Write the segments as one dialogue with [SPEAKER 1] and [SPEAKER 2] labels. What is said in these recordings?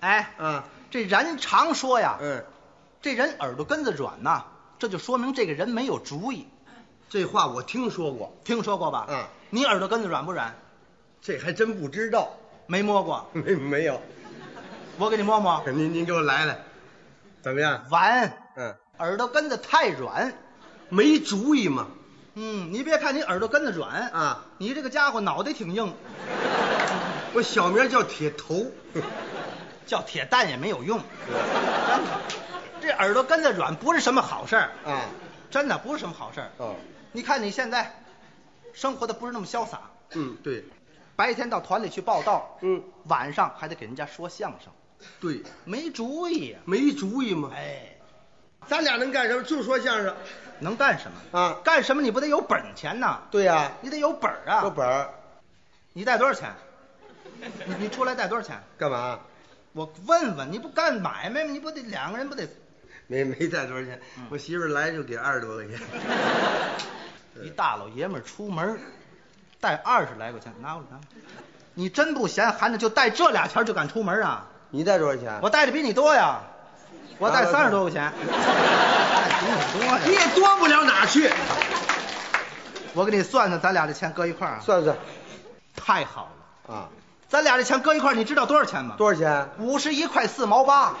[SPEAKER 1] 哎，
[SPEAKER 2] 嗯
[SPEAKER 1] 这人常说呀，
[SPEAKER 2] 嗯，
[SPEAKER 1] 这人耳朵根子软呐，这就说明这个人没有主意。
[SPEAKER 2] 这话我听说过，
[SPEAKER 1] 听说过吧？
[SPEAKER 2] 嗯
[SPEAKER 1] 你耳朵根子软不软？
[SPEAKER 2] 这还真不知道，
[SPEAKER 1] 没摸过，
[SPEAKER 2] 没没有？
[SPEAKER 1] 我给你摸摸。
[SPEAKER 2] 您您给我来来，怎么样？
[SPEAKER 1] 完，
[SPEAKER 2] 嗯，
[SPEAKER 1] 耳朵根子太软。
[SPEAKER 2] 没主意嘛，
[SPEAKER 1] 嗯，你别看你耳朵根子软
[SPEAKER 2] 啊，
[SPEAKER 1] 你这个家伙脑袋挺硬，
[SPEAKER 2] 我小名叫铁头，
[SPEAKER 1] 叫铁蛋也没有用。真的，这耳朵根子软不是什么好事儿，
[SPEAKER 2] 啊，
[SPEAKER 1] 真的不是什么好事儿。
[SPEAKER 2] 哦，
[SPEAKER 1] 你看你现在生活的不是那么潇洒，
[SPEAKER 2] 嗯，对，
[SPEAKER 1] 白天到团里去报道，
[SPEAKER 2] 嗯，
[SPEAKER 1] 晚上还得给人家说相声，
[SPEAKER 2] 对，
[SPEAKER 1] 没主意呀、
[SPEAKER 2] 没主意嘛，
[SPEAKER 1] 哎，
[SPEAKER 2] 咱俩能干什么？就说相声
[SPEAKER 1] 能干什么？
[SPEAKER 2] 啊，
[SPEAKER 1] 干什么你不得有本钱呐？
[SPEAKER 2] 对呀
[SPEAKER 1] 你得有本儿啊。
[SPEAKER 2] 有本儿，
[SPEAKER 1] 你带多少钱？你你出来带多少钱？
[SPEAKER 2] 干嘛？
[SPEAKER 1] 我问问，你不干买卖吗？你不得两个人不得？
[SPEAKER 2] 没没带多少钱， 我媳妇儿来就给二十多块钱，
[SPEAKER 1] 一大老爷们儿出门儿，带二十来块钱，拿过来拿过来。你真不嫌寒碜，就带这俩钱儿就敢出门啊？
[SPEAKER 2] 你带多少钱？
[SPEAKER 1] 我带的比你多呀，我带
[SPEAKER 2] 拿过来
[SPEAKER 1] 三十多块钱。带比你多
[SPEAKER 2] 你
[SPEAKER 1] 呀。
[SPEAKER 2] 也多不了哪去，
[SPEAKER 1] 我给你算算，咱俩这钱搁一块儿啊，
[SPEAKER 2] 算算
[SPEAKER 1] 太好了。
[SPEAKER 2] 啊，
[SPEAKER 1] 咱俩这钱搁一块儿，你知道多少钱吗？
[SPEAKER 2] 多少钱？啊
[SPEAKER 1] 五十一块四毛八，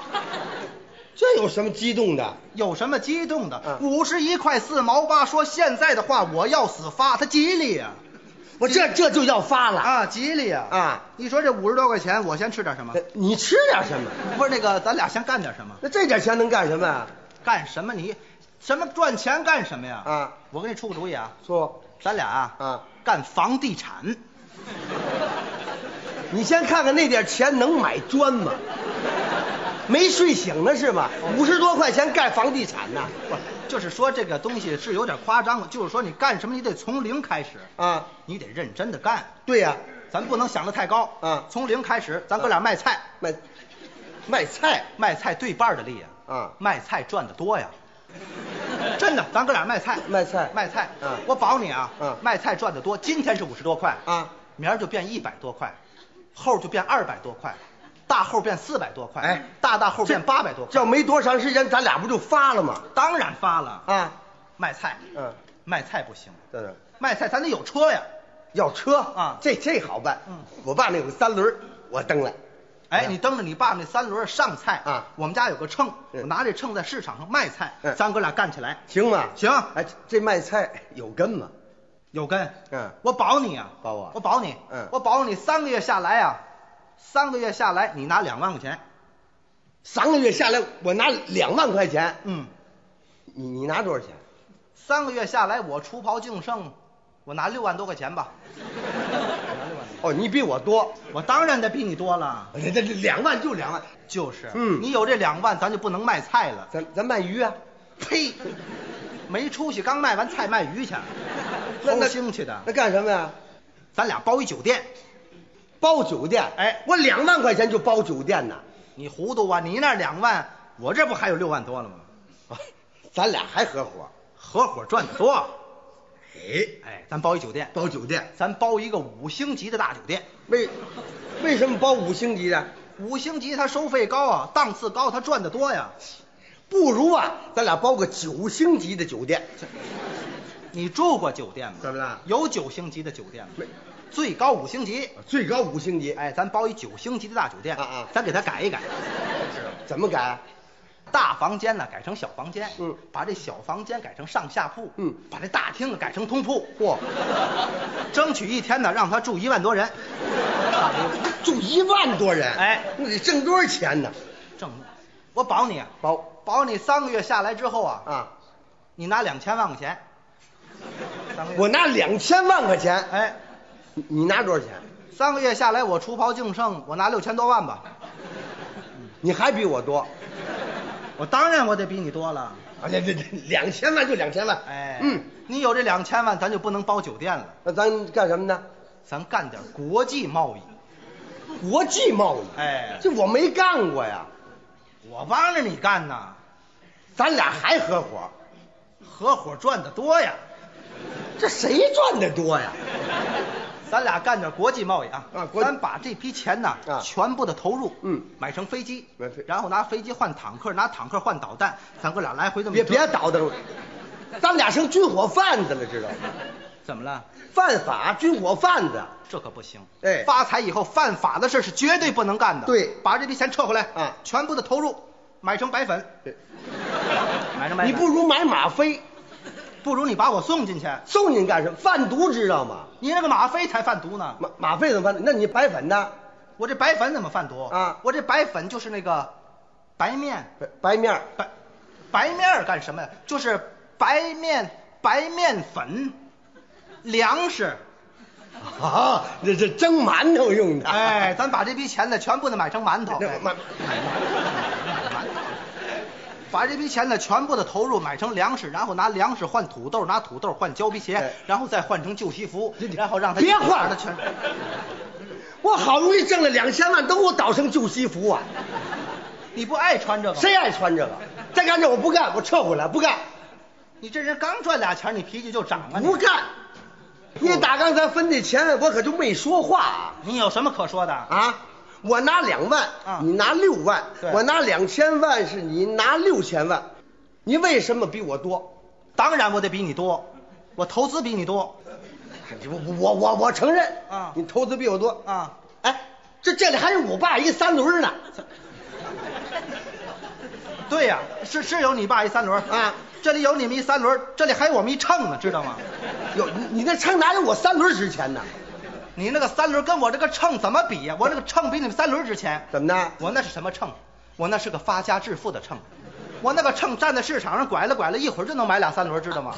[SPEAKER 2] 这有什么激动的？
[SPEAKER 1] 有什么激动的？
[SPEAKER 2] 嗯
[SPEAKER 1] 五十一块四毛八，说现在的话，我要死发，他吉利呀、
[SPEAKER 2] 我这这就要发了
[SPEAKER 1] 啊，吉利呀、
[SPEAKER 2] 啊！
[SPEAKER 1] 你说这五十多块钱，我先吃点什么？
[SPEAKER 2] 你吃点什么？
[SPEAKER 1] 不是那个，咱俩先干点什么？
[SPEAKER 2] 那这点钱能干什么啊呀？
[SPEAKER 1] 干什么你？什么赚钱干什么呀？
[SPEAKER 2] 啊，
[SPEAKER 1] 我给你出个主意啊，
[SPEAKER 2] 说，
[SPEAKER 1] 咱俩啊，
[SPEAKER 2] 啊
[SPEAKER 1] 干房地产，
[SPEAKER 2] 你先看看那点钱能买砖吗？没睡醒呢是吧？五十多块钱盖房地产呢？
[SPEAKER 1] 不是，就是说这个东西是有点夸张的，就是说你干什么你得从零开始，
[SPEAKER 2] 啊，
[SPEAKER 1] 你得认真的干，
[SPEAKER 2] 对呀、
[SPEAKER 1] 咱不能想的太高。
[SPEAKER 2] 嗯
[SPEAKER 1] 从零开始，咱哥俩卖菜，
[SPEAKER 2] 卖卖菜
[SPEAKER 1] 卖菜对半儿的利呀。
[SPEAKER 2] 啊，
[SPEAKER 1] 卖菜赚的 多呀，真的，咱哥俩卖菜，
[SPEAKER 2] 卖菜
[SPEAKER 1] 卖菜，
[SPEAKER 2] 嗯
[SPEAKER 1] 我保你啊，
[SPEAKER 2] 嗯
[SPEAKER 1] 卖菜赚的多，今天是五十多块
[SPEAKER 2] 啊，
[SPEAKER 1] 明儿就变一百多块，后儿就变二百多块，大后儿变四百多块，
[SPEAKER 2] 哎
[SPEAKER 1] 大大后儿变八百多块，
[SPEAKER 2] 这没多长时间，咱俩不就发了吗？
[SPEAKER 1] 当然发了。
[SPEAKER 2] 啊，
[SPEAKER 1] 卖菜，
[SPEAKER 2] 嗯，
[SPEAKER 1] 卖菜不行，
[SPEAKER 2] 在那
[SPEAKER 1] 卖菜咱得有车呀。
[SPEAKER 2] 要车
[SPEAKER 1] 啊
[SPEAKER 2] 这这好办。
[SPEAKER 1] 嗯
[SPEAKER 2] 我爸那有个三轮儿，我蹬来。
[SPEAKER 1] 哎，
[SPEAKER 2] 嗯
[SPEAKER 1] 你蹬着你爸爸那三轮儿上菜
[SPEAKER 2] 啊
[SPEAKER 1] 我们家有个秤，
[SPEAKER 2] 嗯
[SPEAKER 1] 我拿这秤在市场上卖菜，
[SPEAKER 2] 嗯
[SPEAKER 1] 咱哥俩干起来
[SPEAKER 2] 行吗？
[SPEAKER 1] 行
[SPEAKER 2] 哎，这卖菜有根吗？
[SPEAKER 1] 有根。
[SPEAKER 2] 嗯，
[SPEAKER 1] 我保你啊，
[SPEAKER 2] 保我
[SPEAKER 1] 我保你，
[SPEAKER 2] 嗯
[SPEAKER 1] 我保你三个月下来啊，三个月下来你拿两万块钱，
[SPEAKER 2] 三个月下来，我拿两万块钱。
[SPEAKER 1] 嗯，
[SPEAKER 2] 你你拿多少钱？
[SPEAKER 1] 三个月下来我除袍净剩，我拿六万多块钱吧，
[SPEAKER 2] 哦，你比我多，哎
[SPEAKER 1] 我当然得比你多了，
[SPEAKER 2] 这这这两万就两万，
[SPEAKER 1] 就是，
[SPEAKER 2] 嗯
[SPEAKER 1] 你有这两万，咱就不能卖菜了，
[SPEAKER 2] 咱咱卖鱼啊，
[SPEAKER 1] 呸，没出息，刚卖完菜卖鱼去，
[SPEAKER 2] 那
[SPEAKER 1] 偷
[SPEAKER 2] 那
[SPEAKER 1] 腥去的
[SPEAKER 2] 那，干什么呀？
[SPEAKER 1] 咱俩包一酒店，
[SPEAKER 2] 包酒店，
[SPEAKER 1] 哎
[SPEAKER 2] 我两万块钱就包酒店呢，
[SPEAKER 1] 你糊涂啊，你那两万，我这不还有六万多了吗？
[SPEAKER 2] 咱俩还合伙，
[SPEAKER 1] 合伙赚的多，
[SPEAKER 2] 哎，
[SPEAKER 1] 哎，咱包一酒店，
[SPEAKER 2] 包酒店，
[SPEAKER 1] 咱包一个五星级的大酒店。
[SPEAKER 2] 为为什么包五星级的？
[SPEAKER 1] 五星级它收费高啊，档次高，它赚的多呀。
[SPEAKER 2] 不如啊，咱俩包个九星级的酒店，
[SPEAKER 1] 你住过酒店吗？
[SPEAKER 2] 怎么了
[SPEAKER 1] 有九星级的酒店吗？
[SPEAKER 2] 没
[SPEAKER 1] 最高五星级。
[SPEAKER 2] 最高五星级，
[SPEAKER 1] 哎，咱包一九星级的大酒店
[SPEAKER 2] 啊啊
[SPEAKER 1] 咱给它改一改，哎
[SPEAKER 2] 怎么改？啊
[SPEAKER 1] 大房间呢改成小房间，
[SPEAKER 2] 嗯，
[SPEAKER 1] 把这小房间改成上下铺，
[SPEAKER 2] 嗯
[SPEAKER 1] 把这大厅改成通铺，
[SPEAKER 2] 嚯，
[SPEAKER 1] 争取一天呢让他住一万多人，
[SPEAKER 2] 就一万多人，
[SPEAKER 1] 哎
[SPEAKER 2] 那得挣多少钱呢？
[SPEAKER 1] 挣，我保你，啊
[SPEAKER 2] 包
[SPEAKER 1] 保你三个月下来之后啊，
[SPEAKER 2] 啊，
[SPEAKER 1] 你拿两千万块钱，三个月，
[SPEAKER 2] 我拿两千万块钱，
[SPEAKER 1] 哎，
[SPEAKER 2] 你你拿多少钱？
[SPEAKER 1] 三个月下来我除袍净剩，我拿六千多万吧。
[SPEAKER 2] 你还比我多。
[SPEAKER 1] 我当然我得比你多了。
[SPEAKER 2] 啊，这这这两千万就两千万，
[SPEAKER 1] 哎，
[SPEAKER 2] 嗯，，
[SPEAKER 1] 你有这两千万，咱就不能包酒店了，
[SPEAKER 2] 那咱干什么呢？
[SPEAKER 1] 咱干点国际贸易。
[SPEAKER 2] 国际贸易，
[SPEAKER 1] 哎
[SPEAKER 2] 这我没干过呀，
[SPEAKER 1] 我帮着你干呐，
[SPEAKER 2] 咱俩还合伙，
[SPEAKER 1] 合伙赚的多呀。
[SPEAKER 2] 这谁赚的多呀？
[SPEAKER 1] 咱俩干点国际贸易啊，
[SPEAKER 2] 啊国际
[SPEAKER 1] 咱把这批钱呢
[SPEAKER 2] 啊
[SPEAKER 1] 全部的投入，
[SPEAKER 2] 嗯
[SPEAKER 1] 买成飞机
[SPEAKER 2] 买飞，
[SPEAKER 1] 然后拿飞机换坦克，拿坦克换导弹，咱哥俩来回这么
[SPEAKER 2] 别
[SPEAKER 1] 折
[SPEAKER 2] 别倒腾了，咱们俩成军火贩子了，知道吗？
[SPEAKER 1] 怎么了？
[SPEAKER 2] 犯法，军火贩子。
[SPEAKER 1] 这可不行！
[SPEAKER 2] 哎
[SPEAKER 1] 发财以后犯法的事儿是绝对不能干的。
[SPEAKER 2] 对
[SPEAKER 1] 把这笔钱撤回来
[SPEAKER 2] 啊
[SPEAKER 1] 全部的投入，买成白粉，买成白粉。
[SPEAKER 2] 你不如买马飞，
[SPEAKER 1] 不如你把我送进去，
[SPEAKER 2] 送你干什么？贩毒知道吗？
[SPEAKER 1] 你那个吗啡才贩毒呢。
[SPEAKER 2] 马马飞怎么贩毒？那你白粉呢？
[SPEAKER 1] 我这白粉怎么贩毒
[SPEAKER 2] 啊
[SPEAKER 1] 我这白粉就是那个白面
[SPEAKER 2] 白白面儿
[SPEAKER 1] 白白面儿干什么呀？就是白面白面粉，粮 食。
[SPEAKER 2] 啊，这这蒸馒头用的。
[SPEAKER 1] 哎，咱把这批钱呢，全部的买成馒头。
[SPEAKER 2] 那馒
[SPEAKER 1] 把这批钱呢全部的投入买成粮食，然后拿粮食换土豆，拿土豆换胶皮鞋
[SPEAKER 2] 哎，
[SPEAKER 1] 然后再换成旧西服
[SPEAKER 2] 这，
[SPEAKER 1] 然后让他
[SPEAKER 2] 别换
[SPEAKER 1] 了全。
[SPEAKER 2] 我好容易挣了两千万，都给我倒成旧西服啊！
[SPEAKER 1] 你不爱穿这个吗？
[SPEAKER 2] 谁爱穿这个？再干这我不干，我撤回来，不干，
[SPEAKER 1] 你这人刚赚俩钱，你脾气就长啊！
[SPEAKER 2] 不
[SPEAKER 1] 你哦
[SPEAKER 2] 干。你打刚才分这钱，我可就没说话啊。
[SPEAKER 1] 你有什么可说的？
[SPEAKER 2] 啊，我拿两万，
[SPEAKER 1] 啊
[SPEAKER 2] 你拿六万
[SPEAKER 1] 对，
[SPEAKER 2] 我拿两千万是你拿六千万，你为什么比我多？
[SPEAKER 1] 当然我得比你多，我投资比你多
[SPEAKER 2] 哎我我我我承认
[SPEAKER 1] 啊
[SPEAKER 2] 你投资比我多。
[SPEAKER 1] 啊！
[SPEAKER 2] 哎，这这里还有我爸一三轮 呢，
[SPEAKER 1] 对呀、是是有你爸一三轮
[SPEAKER 2] 啊，
[SPEAKER 1] 这里有你们一三轮，这里还有我们一秤呢，知道吗？
[SPEAKER 2] 有你你那秤哪有我三轮值钱呢？
[SPEAKER 1] 你那个三轮跟我这个秤怎么比呀、我那个秤比你们三轮值钱。
[SPEAKER 2] 怎么的？
[SPEAKER 1] 我那是什么秤？我那是个发家致富的秤，我那个秤站在市场上拐了拐了，一会儿就能买俩三轮，知 道吗？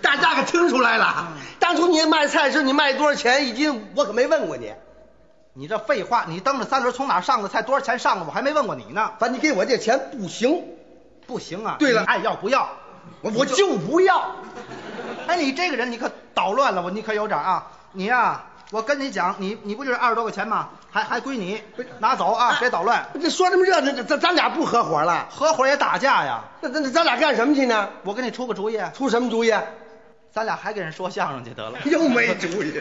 [SPEAKER 2] 大家可听出来了啊，当初你卖菜时你卖多少钱一斤，我可没问过你，
[SPEAKER 1] 你这废话，你蹬着三轮从哪上的菜，多少钱上的，我还没问过你呢。
[SPEAKER 2] 反正你给我这钱不行，
[SPEAKER 1] 不行啊！
[SPEAKER 2] 对了
[SPEAKER 1] 你爱要不要？
[SPEAKER 2] 我我就不要。
[SPEAKER 1] 哎，你这个人你可捣乱了，我你可有点啊！你呀、我跟你讲，你你不就是二十多块钱吗？还还归你，拿走啊！别捣乱，
[SPEAKER 2] 这说这么热闹，咱咱俩不合伙了。
[SPEAKER 1] 合伙也打架呀！
[SPEAKER 2] 那那那咱俩干什么去呢？
[SPEAKER 1] 我给你出个主意，
[SPEAKER 2] 出什么主意？啊
[SPEAKER 1] 咱俩还给人说相声去得了。
[SPEAKER 2] 又没主意。